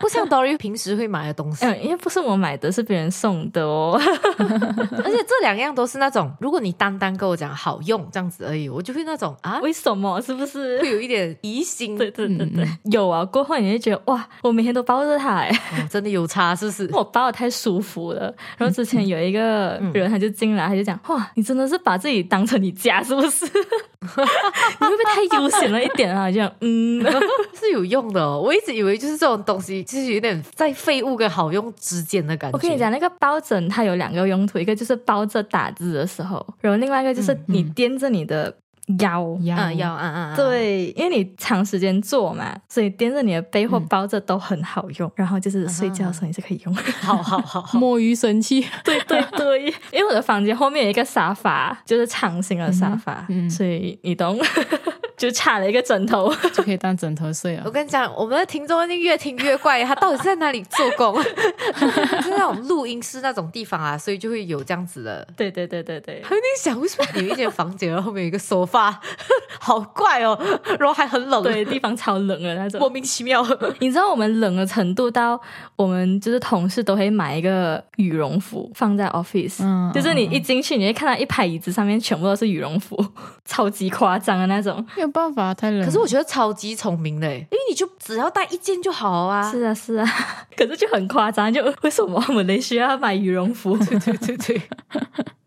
Speaker 1: 不像 Dory 平时会买的东西。
Speaker 3: 嗯，因为不是我买的，是别人送的 哦。
Speaker 1: 而且这两样都是那种，如果你单单跟我讲好用这样子而已，我就会那种啊，
Speaker 3: 为什么？是不是？
Speaker 1: 会有一点疑心，
Speaker 3: 对对对对，有啊。过后你会觉得哇，我每天都抱着它、欸，
Speaker 1: 哦真的有差是不 是？
Speaker 3: 我抱的太舒服了。然后之前有一个人，他就进来，他就讲哇，你真的是把自己当成你家，是不 是？你会不会太悠闲了一点啊？就讲 嗯，
Speaker 1: 是有用的、哦。我一直以为就是这种东西，就是有点在废物跟好用之间的感觉。
Speaker 3: 我跟你讲，那个抱枕它有两个用途，一个就是抱着打字的时候，然后另外一个就是你垫着你的腰。
Speaker 5: 要
Speaker 1: 嗯，要嗯嗯，嗯，
Speaker 3: 对，因为你长时间坐嘛，所以垫着你的背或包着都很好用。然后就是睡觉的时候你是可以用。
Speaker 1: 好好好好。
Speaker 5: 摸鱼神器，
Speaker 3: 对 对对，因为我的房间后面有一个沙发，就是长形的沙发，
Speaker 5: 嗯嗯
Speaker 3: 所以你懂， 就差了一个枕头。
Speaker 5: 就可以当枕头睡
Speaker 1: 我
Speaker 5: 了。
Speaker 1: 跟你讲，我们的听众一定越听越怪，他到底是在哪里做 工？就是那种录音室那种地方啊，所以就会有这样子的。
Speaker 3: 对对对对对
Speaker 1: 他，有点想，为什么有一间房间，然后后面有一个沙发， 好怪哦，然后还很冷，
Speaker 3: 对，地方超冷的那种
Speaker 1: 莫。名其妙。
Speaker 3: 你知道我们冷的程度到，我们就是同事都会买一个羽绒服放在 office，、
Speaker 5: 嗯
Speaker 3: 就是你一进去，你会看到一排椅子上面全部都是羽绒服， 超级夸张的那种。
Speaker 5: 没有办法，太冷了。
Speaker 1: 可是我觉得超级聪明的，欸因为你就只要带一件就好啊。
Speaker 3: 是啊，是啊， 可是就很夸张，就为什么我们得需要买羽绒服？ 对对对对，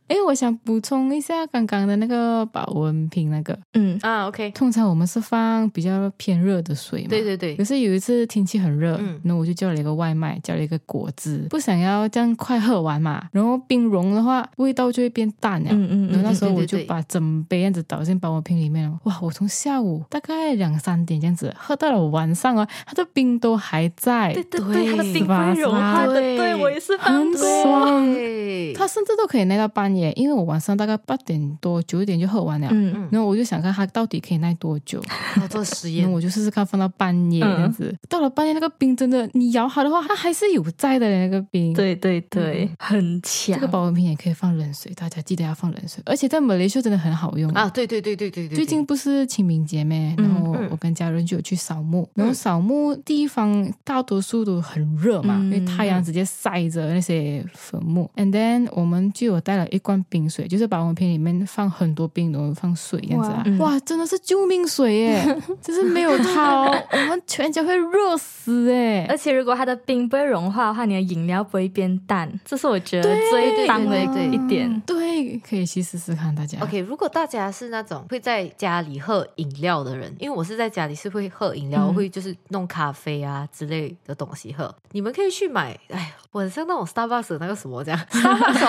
Speaker 5: 哎，我想补充一下刚刚的那个保温瓶，那个
Speaker 3: 嗯，
Speaker 1: 啊，OK，
Speaker 5: 通常我们是放比较偏热的水嘛。
Speaker 1: 对对对
Speaker 5: 可，是有一次天气很热，
Speaker 1: 嗯
Speaker 5: 然后我就叫了一个外卖，叫了一个果汁，不想要这样快喝完嘛。然后冰融的话，味道就会变淡了。
Speaker 3: 嗯嗯
Speaker 5: 然后那时候
Speaker 1: 对对
Speaker 5: 我就
Speaker 1: 对
Speaker 5: 把整杯这样子倒进保温瓶里面了。哇，我从下午大概两三点这样子喝到了晚上哦，它的冰都还在，
Speaker 3: 对对
Speaker 1: 对
Speaker 3: 对，它的
Speaker 1: 是
Speaker 3: 冰
Speaker 5: 哎吧
Speaker 3: 会融化的，
Speaker 1: 对
Speaker 3: 对我也是放
Speaker 5: 很爽。
Speaker 1: 对，
Speaker 5: 它甚至都可以耐到半夜，因为我晚上大概八点多九点就喝完了。
Speaker 3: 嗯
Speaker 5: 然后我就想看它到底可以耐多久，
Speaker 1: 要做哦实
Speaker 5: 然
Speaker 1: 验
Speaker 5: 后，我就试试看放到半夜这样子。到了半夜，那个冰真的，你摇它的话，它还是有在的那个冰。，
Speaker 3: 对对对，很强
Speaker 5: 这个保温瓶也可以放冷水，大家记得要放冷水。而且在马来西亚真的很好用
Speaker 1: 啊，对对对对对对，
Speaker 5: 最近不是清明节咩？
Speaker 3: 嗯
Speaker 5: 然后
Speaker 1: 嗯
Speaker 5: 我跟家人就有去扫墓，然后扫墓地方大多数都很热嘛，
Speaker 3: 嗯
Speaker 5: 因为太阳直接晒着那些坟墓。And then 我们就有带了一罐冰水，就是保温瓶里面放很多冰，然后放水这样子啊
Speaker 2: 哇。
Speaker 3: 嗯
Speaker 5: 哇，真的是救命水 耶！就是没有它、哦，我们全家会热死哎
Speaker 3: 而。且如果它的冰不会融化的话，你的饮料不会变淡，这是我觉得最
Speaker 5: 对
Speaker 3: 棒的
Speaker 5: 对对
Speaker 3: 一点。
Speaker 5: 对，可以去试试看，大家。
Speaker 1: OK，如果大家是那种会在家里喝饮料的人，因为我是在家里是会喝饮料，
Speaker 5: 嗯
Speaker 1: 会就是弄咖啡啊之类的东西喝，你们可以去买。哎，我很像那种 Starbucks 的那个什么这 样，Starbucks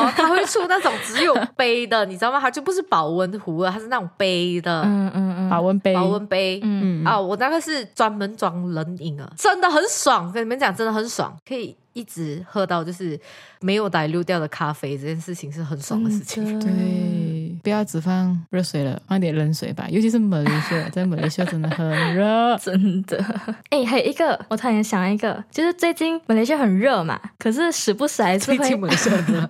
Speaker 1: 哦它会出那种只有杯的，你知道吗？它就不是保温壶了，它是那种杯的。
Speaker 3: 嗯嗯
Speaker 5: 保温杯，
Speaker 1: 保温杯，
Speaker 3: 嗯。
Speaker 1: 嗯啊，我那个是专门装冷饮啊，真的很爽，跟你们讲，真的很爽，可以一直喝到就是没有奶溜掉的咖啡，这件事情是很爽的事
Speaker 5: 嗯
Speaker 1: 情。
Speaker 5: 对，不要只放热水了，放点冷水吧。尤其是马来西亚，在马来西亚真的很热
Speaker 3: 真的，哎、还有一个，我突然想到一个，就是最近马来西亚很热嘛，可是时不时还是
Speaker 1: 最
Speaker 3: 会
Speaker 1: 近我 们是很热，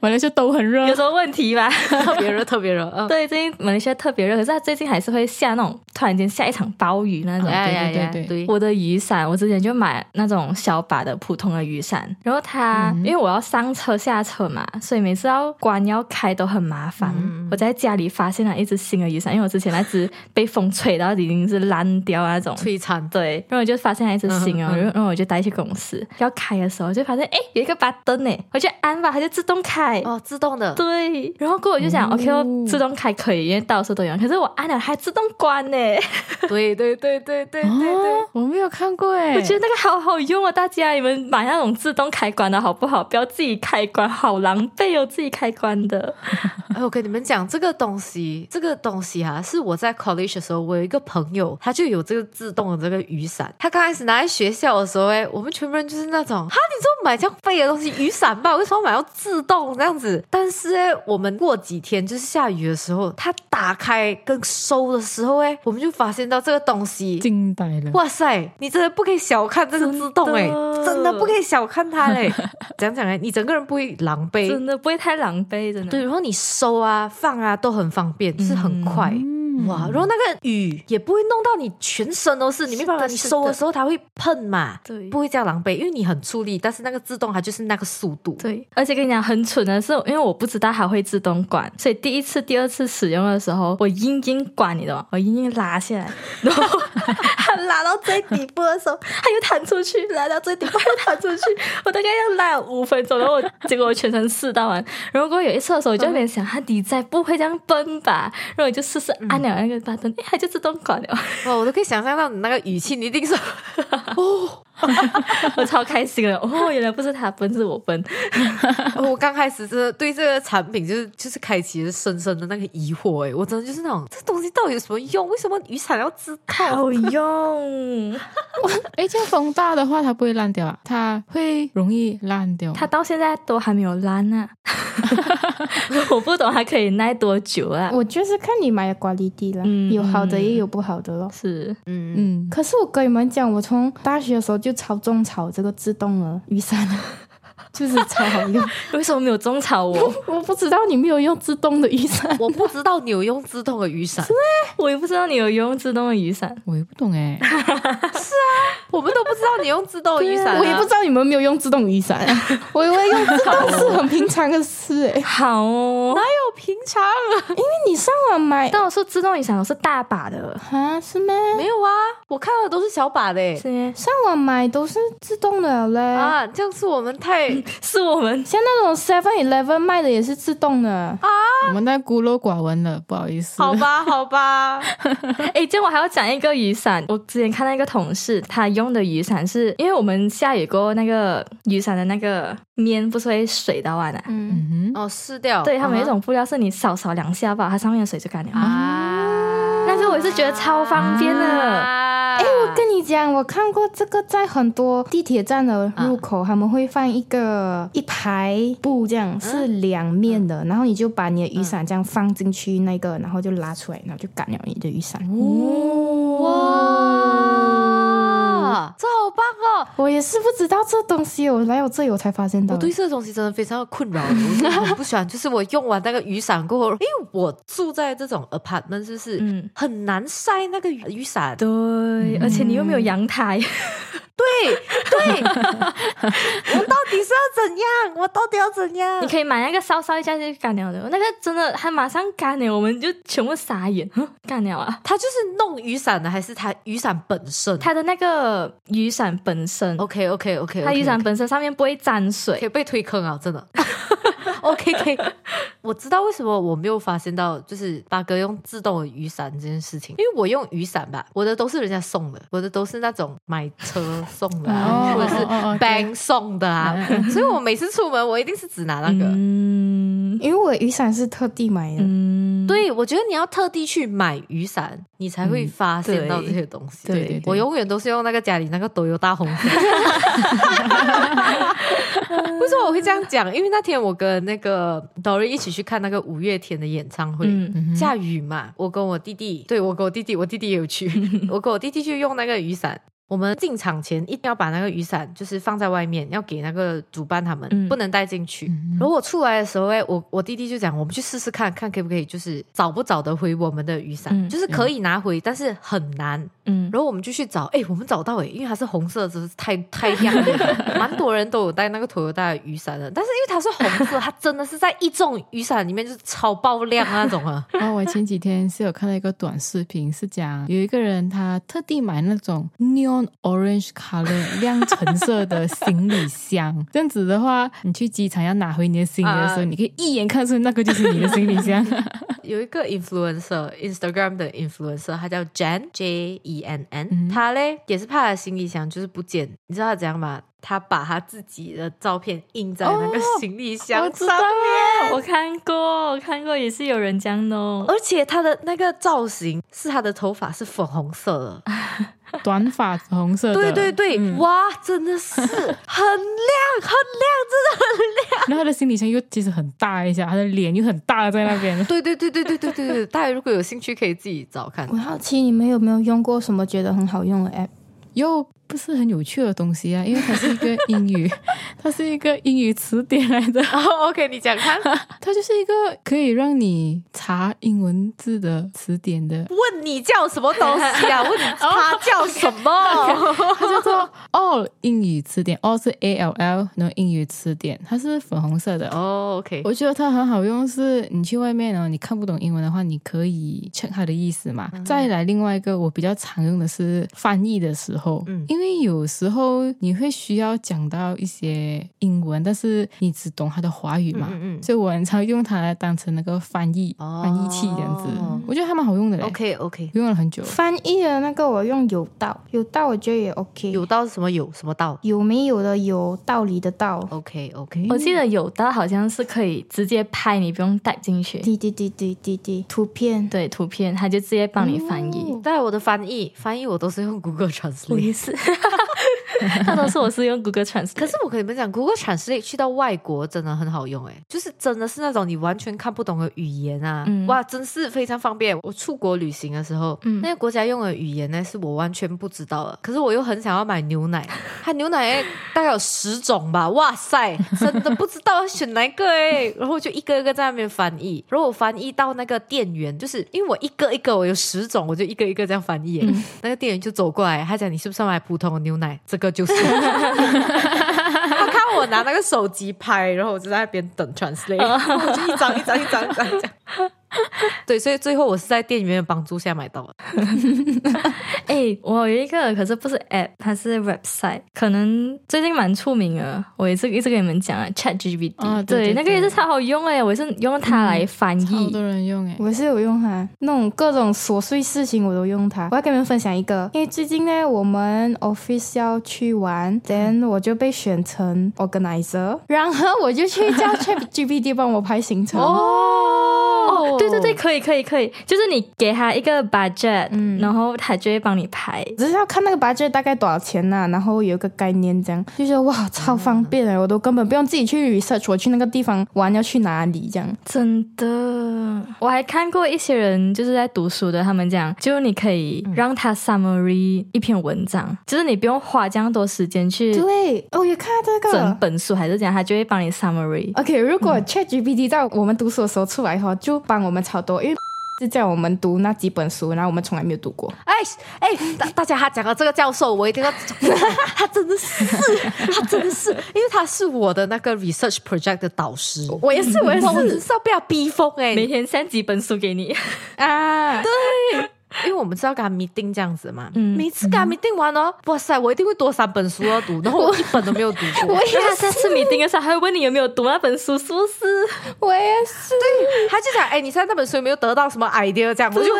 Speaker 5: 马来西亚都很热
Speaker 3: 有，什么问题吧？
Speaker 1: 特别热，特别热，嗯。
Speaker 3: 对，最近马来西亚特别热，可是它最近还是会下那种突然间下一场暴雨那种。
Speaker 1: 呀
Speaker 5: 对
Speaker 1: 呀
Speaker 5: 对
Speaker 1: 呀
Speaker 5: 对
Speaker 1: 对
Speaker 3: 我的雨伞，我之前就买那种小把的普通的雨伞，然后它、
Speaker 1: 嗯
Speaker 3: 因为我要上车下车嘛，所以每次要关要开都很麻烦。
Speaker 1: 嗯
Speaker 3: 我在家里发现了一只新的雨伞，因为我之前那只被风吹到已经是烂掉那种。
Speaker 1: 摧残的，
Speaker 3: 对，然后我就发现了一只新的，
Speaker 1: 嗯嗯
Speaker 3: 然后然后我就带去公司要开的时候，就发现哎有一个 button 哎，我就按吧，它就自动开。
Speaker 1: 哦，自动的，
Speaker 3: 对，然后过后我就想、
Speaker 5: 哦
Speaker 3: o k 哦，自动开可以，因为到处都有。可是我按了还自动关呢，
Speaker 1: 对对对对对
Speaker 5: 啊
Speaker 1: 对
Speaker 2: 哦
Speaker 1: 对，，
Speaker 5: 我没有看过哎，
Speaker 3: 我觉得那个好好用哦，大家你们买那种自动开关的好不好？不要自己开关，好狼狈哦，自己开关的。
Speaker 1: 哎，我跟你们讲，这个东西，这个东西啊，是我在 college 的时候，我有一个朋友，他就有这个自动的这个雨伞。他刚开始拿在学校的时候，哎，我们全部人就是那种，哈，你怎么买这样废的东西，雨伞吧，为什么买要自动这样子？但是哎，我们过几天就是下雨的时候，他打开跟收的时候，哎，我们就发现到这个东西
Speaker 5: 惊呆了。
Speaker 1: 哇塞，你真的不可以小看这个自动哎、
Speaker 3: 真的
Speaker 1: 真的不可以小看它嘞、讲讲哎，你整个人不会狼狈。
Speaker 3: 真的不会太狼狈，真的。
Speaker 1: 对，然后你收啊、放啊都很方便，是很快、
Speaker 2: 嗯
Speaker 1: 哇。然后那个雨也不会弄到你全身都是，你没办法，
Speaker 3: 是的
Speaker 1: 你
Speaker 3: 是的
Speaker 1: 收的时候它会喷嘛，
Speaker 3: 对
Speaker 1: 不会这样狼狈，因为你很出力，但是那个自动它就是那个速 度，
Speaker 3: 对，而且跟你讲很蠢的是，因为我不知道它会自动关，所以第一次、第二次使用的时候，我硬硬关，你懂吗？我硬硬拉下来，然后它拉到最底部的时候，它又弹出去，拉到最底部又弹出去，我大概要拉五分钟，然后我结果我全程试到完。然后过后有一次的时候，我就在那边想，它底在不会这样崩吧？然后我就试试按了那个 button，、哎，它就自动关了，
Speaker 1: 哇，哦我都可以想象到你那个语气，你一定是
Speaker 3: 我超开心了。哦，原来不是它崩，是我崩。
Speaker 1: 哦我刚开始真的对这个产品就是就是开启了深深的那个疑惑哎、我真的就是那种这东西到底有什么用？为什么雨伞要自
Speaker 3: 好用。
Speaker 5: 哎，这样风大的话，它不会烂掉啊，它会容易烂掉。
Speaker 3: 它到现在都还没有烂 呢、我不懂它可以耐多久啊？
Speaker 2: 我就是看你买的管理地啦，
Speaker 3: 嗯
Speaker 2: 有好的也有不好的咯。
Speaker 3: 是
Speaker 1: 嗯，
Speaker 5: 嗯，
Speaker 2: 可是我跟你们讲，我从大学的时候就超种草这个自动的雨伞 了，就是超好用。
Speaker 3: 为什么没有种草哦 我？
Speaker 2: 我不知道你没有用自动的雨伞，
Speaker 1: 我不知道你有用自动的雨 伞，
Speaker 3: 我也不知道你有用自动的雨伞。
Speaker 5: 我也不懂 哎。
Speaker 1: 我们都不知道你用自动的雨伞啊、
Speaker 2: 我也不知道你们没有用自动 雨伞，我以为用自动是很平常的事诶、
Speaker 3: 好哦，
Speaker 1: 有平常
Speaker 2: 那你上网买
Speaker 3: 但我说自动雨伞我是大把的，
Speaker 2: 啊？是咩？
Speaker 1: 没有啊，我看到的都是小把的、欸。
Speaker 3: 是耶
Speaker 2: 上网买都是自动的嘞。
Speaker 1: 啊，这样是我们太
Speaker 3: 是我 们
Speaker 2: 像那种 Seven Eleven 卖的也是自动的，
Speaker 1: 啊
Speaker 5: 我们太孤陋寡闻了，不好意思。
Speaker 1: 好吧，好吧，
Speaker 3: 哎，今天我还要讲一个雨伞。我之前看到一个同事，他用的雨伞是因为我们下雨过后，那个雨伞的那个面不是会水到完啊？
Speaker 2: 嗯，
Speaker 5: 嗯哼，
Speaker 1: 哦，湿掉，
Speaker 3: 对，它们有一
Speaker 1: 嗯
Speaker 3: 种布料是你少扫两下吧，它上面的水就干了。
Speaker 1: 哼啊，
Speaker 3: 但是我是觉得超方便的。
Speaker 1: 啊，哎、
Speaker 2: 我跟你讲，我看过这个，在很多地铁站的
Speaker 1: 啊
Speaker 2: 入口，他们会放一个一排布，这样是
Speaker 1: 嗯
Speaker 2: 两面的，然后你就把你的雨伞这样放进去
Speaker 1: 嗯
Speaker 2: 那个，然后就拉出来，然后就干了你的雨伞。
Speaker 1: 哇，这好棒哦！
Speaker 2: 我也是不知道这东西，我来我这里我才发现到
Speaker 1: 我。对这个东西真的非常的困 扰，我真的很不喜欢。就是我用完那个雨伞过后，因为我住在这种 apartment，就是
Speaker 3: 嗯
Speaker 1: 很难晒那个雨伞。
Speaker 3: 嗯对，而且你又没有阳台，
Speaker 1: 对，对对，我到底是要怎样？我到底要怎样
Speaker 3: 你？可以买那个烧烧一下就干了的，那个真的还马上干欸了，我们就全部傻眼， 哼干了啊！
Speaker 1: 他就是弄雨伞的，还是他雨伞本身
Speaker 3: 它的那个雨伞本身，
Speaker 1: ？OK OK OK，
Speaker 3: 它雨伞本身上面不会沾
Speaker 1: 可
Speaker 3: 水，
Speaker 1: 以被推坑啊，真的。OK OK，我知道为什么我没有发现到，就是八哥用自动的雨伞这件事情，因为我用雨伞吧，我的都是人家送的，我的都是那种买车送的、啊，
Speaker 5: 哦
Speaker 1: 或者是
Speaker 5: 哦嗯哦哦对
Speaker 1: bank 送的啊，所以我每次出门我一定是只拿那个。
Speaker 3: 嗯
Speaker 2: 因为我雨伞是特地买的，
Speaker 3: 嗯，
Speaker 1: 对，我觉得你要特地去买雨伞，你才会发现到这些东西。
Speaker 5: 嗯对对对
Speaker 1: 我永远都是用那个家里那个都有大红伞。为什么我会这样讲？因为那天我跟那个 Dory 一起去看那个五月天的演唱会。
Speaker 3: 嗯
Speaker 1: 下雨嘛，我跟我弟弟，对我跟我弟弟，我弟弟也有 去，我跟我弟弟去用那个雨伞。我们进场前一定要把那个雨伞就是放在外面，要给那个主办他们，
Speaker 3: 嗯
Speaker 1: 不能带进去。然后我出来的时候，哎，我我弟弟就讲，我们去试试看看可不可以，就是找不找得回我们的雨伞，
Speaker 3: 嗯
Speaker 1: 就是可以拿回，但是很难。
Speaker 3: 嗯，
Speaker 1: 然后我们就去找，哎，我们找到哎，因为它是红色，真是太太亮 了，蛮多人都有带那个 Toyota 的雨伞的，但是因为它是红色，它真的是在一众雨伞里面就是超爆亮那种 啊。
Speaker 5: 哦，我前几天是有看到一个短视频，是讲有一个人他特地买那种 neon orange color 亮橙色的行李 箱，这样子的话，你去机场要拿回你的行李的时候，
Speaker 1: 啊
Speaker 5: 你可以一眼看出那个就是你的行李 箱。
Speaker 1: 有一个 influencer Instagram 的 influencer，他叫 Jan J E N N，、他
Speaker 5: 嗯
Speaker 1: 嘞也是怕他的行李箱就是不见，你知道他怎样吗？他把他自己的照片印在那个行李箱
Speaker 5: 哦我知
Speaker 1: 上
Speaker 5: 道
Speaker 1: 面，
Speaker 3: 我看过，我看过也是有人这样哦弄，
Speaker 1: 而且他的那个造型是他的头发是粉红色的，
Speaker 5: 短发红色的，
Speaker 1: 对对对，
Speaker 5: 嗯
Speaker 1: 哇，真的是很亮很亮，真的很亮。。
Speaker 5: 然后他的行李箱又其实很大一下，他的脸又很大在那边
Speaker 1: 对对对对对对对对，大家如果有兴趣可以自己找看
Speaker 2: 我。好奇你们有没有用过什么觉得很好用的 app？
Speaker 5: 又不是很有趣的东西啊，因为它是一个英语， 它是一个英语词典来的，
Speaker 1: 然后哦 OK，你讲看，
Speaker 5: 它就是一个可以让你查英文字的词典的
Speaker 1: 问你叫什么东西 啊？问你他叫什么？
Speaker 5: 它叫做 All 英语词典，All 是 A L L，然后英语词典，它是粉红色的。
Speaker 1: 哦，OK，
Speaker 5: 我觉得它很好用，是你去外面哦，你看不懂英文的话，你可以 check 它的意思嘛。
Speaker 1: 嗯
Speaker 5: 再来另外一个，我比较常用的是翻译的时候，
Speaker 1: 嗯
Speaker 5: 因为有时候你会需要讲到一些英文，但是你只懂它的华语嘛，
Speaker 1: 嗯嗯嗯
Speaker 5: 所以我很常用它来当成那个翻译、
Speaker 1: 哦
Speaker 5: 翻译器这样子，我觉得还蛮好用的嘞。
Speaker 1: OK OK，
Speaker 5: 用了很久，
Speaker 2: 翻译的那个我用有道，有道我觉得也 OK。
Speaker 1: 有道是什么有什么道
Speaker 2: 有没有的有道理的道。
Speaker 1: ？OK OK，
Speaker 3: 我记得有的好像是可以直接拍，你不用带进去，
Speaker 2: 滴滴滴滴滴滴，图片。
Speaker 3: 对，图片它就直接帮你翻译。
Speaker 1: 但我的翻译翻译我都是用 Google Translate，
Speaker 3: 哦也 是，大多数我是用 Google Translate，
Speaker 1: 可是我跟你们讲，Google Translate 去到外国真的很好用，哎，就是真的是那种你完全看不懂的语言啊，
Speaker 3: 嗯
Speaker 1: 哇，真是非常方便。我出国旅行的时候，
Speaker 3: 嗯
Speaker 1: 那个国家用的语言呢是我完全不知道的，可是我又很想要买牛奶，它牛奶大概有十种吧，哇塞，真的不知道要选哪一个哎， 然后我就一个一个在那边翻译，然后我翻译到那个店员，就是因为我一个一个我有十种，我就一个一个这样翻译耶，欸
Speaker 3: 嗯
Speaker 1: 那个店员就走过来，他讲你是不是要买普通的牛奶？这个就是。他看我拿那个手机拍，然后我就在那边 等 translate，我就一张一张一张一张这样。对，所以最后我是在店员的帮助下买到的。
Speaker 3: 哎、我有一个，可是不是 App，它是 website，可能最近蛮出名的。我也是一直跟你们讲啊，ChatGPT，、
Speaker 5: 啊对对
Speaker 3: 那个也是超好用哎、我也是用它来翻
Speaker 5: 好
Speaker 3: 译。
Speaker 5: 多人用哎。
Speaker 2: 我也是有用它，那种各种琐碎事情我都用它。我要跟你们分享一个，因为最近呢，我们 office 要去玩，then 我就被选成 organizer，然后我就去叫 ChatGPT 帮我排行程。
Speaker 3: 哦，对对对，可以可以可以，就是你给他一个 budget，、
Speaker 2: 嗯
Speaker 3: 然后他就会帮你排。
Speaker 2: 只是要看那个 budget 大概多少钱呐、然后有一个概念，这样就觉得哇，超方便啊的，我都根本不用自己去 research，我去那个地方玩要去哪里这样。
Speaker 3: 真的，我还看过一些人就是在读书的，他们讲，就你可以
Speaker 5: 嗯
Speaker 3: 让他 summary 一篇文章，就是你不用花这样多时间去
Speaker 2: 对，哦，也看到这
Speaker 3: 整
Speaker 2: 个。嗯
Speaker 3: 本书，还是怎样，他就会帮你 summary。
Speaker 2: OK，如果 ChatGPT 在我们读书的时候出来后，就帮我们超多，因为 就叫我们读那几本书，然后我们从来没有读过。
Speaker 1: 哎哎，大大家他讲到这个教授，我一定要， 他真的是，他真的是，因为他是我的那个 research project 的导师，
Speaker 2: 我也是，我也
Speaker 1: 哇，我真是要被他逼疯哎、
Speaker 3: 每天三几本书给你，
Speaker 2: 啊，
Speaker 1: 因为我们知道跟他 meeting 这样子嘛，
Speaker 3: 嗯
Speaker 1: 每次跟他 meeting 完哦，哇塞，我一定会多三本书要读，然后我一本都没有读 过，
Speaker 3: 因为他下次你盯的时候，他会问你有没有读那本书，是不是？
Speaker 2: 我也是。
Speaker 1: 他就讲，哎、你现在那本书有没有得到什么 idea？这样，我就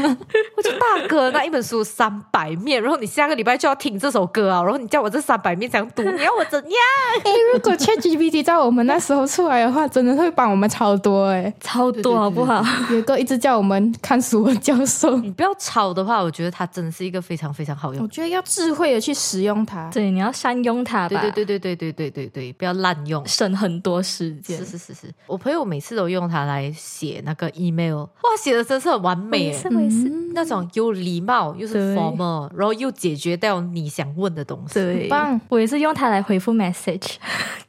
Speaker 1: 我就大哥，那一本书三百面，然后你下个礼拜就要听这首歌啊，然后你叫我这三百面想读，你要我怎样？
Speaker 2: 哎，如果 ChatGPT 在我们那时候出来的话，真的会帮我们超多哎、
Speaker 3: 超多好不好？
Speaker 2: 有一个一直叫我们看书的教授，
Speaker 1: 你不要吵的话，我觉得它真的是一个非常非常好用
Speaker 2: 我。觉得要智慧的去使用它。
Speaker 3: 对，你要善用它
Speaker 1: 对
Speaker 3: 吧，
Speaker 1: 对对对对对对对对，不要滥用。
Speaker 3: 省很多时间
Speaker 1: 是。是是是，我朋友每次都用它来写那个 email，哇，写的真是很完美耶，
Speaker 3: 我也是，
Speaker 1: 那种有礼貌又是
Speaker 3: 对
Speaker 1: formal，然后又解决掉你想问的东西。
Speaker 3: 对，
Speaker 2: 棒
Speaker 3: 我也是用它来回复 message，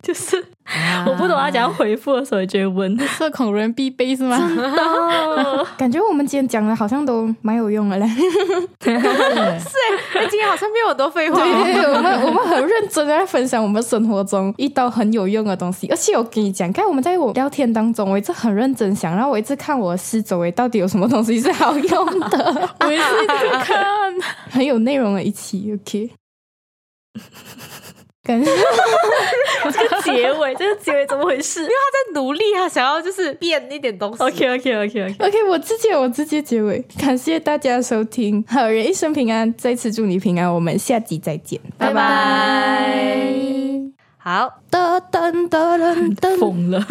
Speaker 3: 就是
Speaker 1: 啊
Speaker 3: 我不懂要怎样回复的时候，我就会 问。
Speaker 5: 社恐人必备是吗？
Speaker 2: 感觉我们今天讲的好像都蛮有用的 嘞。
Speaker 1: 哎、今天好像没有很多废话哦。
Speaker 2: 对，我 们我们很认真的在分享我们生活中遇到很有用的东西，而且我跟你讲，看我们在我聊天当中，我一直很认真想，然后我一直看我四周围到底有什么东西是好用的，
Speaker 5: 我也是一直在看。
Speaker 2: 很有内容的一期，OK。感觉
Speaker 3: 这个结尾，这个结尾怎么 回事
Speaker 1: 在努力，他想要就是变一点东西。
Speaker 3: ？OK OK OK OK，
Speaker 2: OK，我直接我直接结尾，感谢大家的收听，好人一生平安，再次祝你平安，我们下集再见，拜
Speaker 3: 拜。
Speaker 1: 好，
Speaker 2: 噔噔噔噔噔。
Speaker 3: 疯了。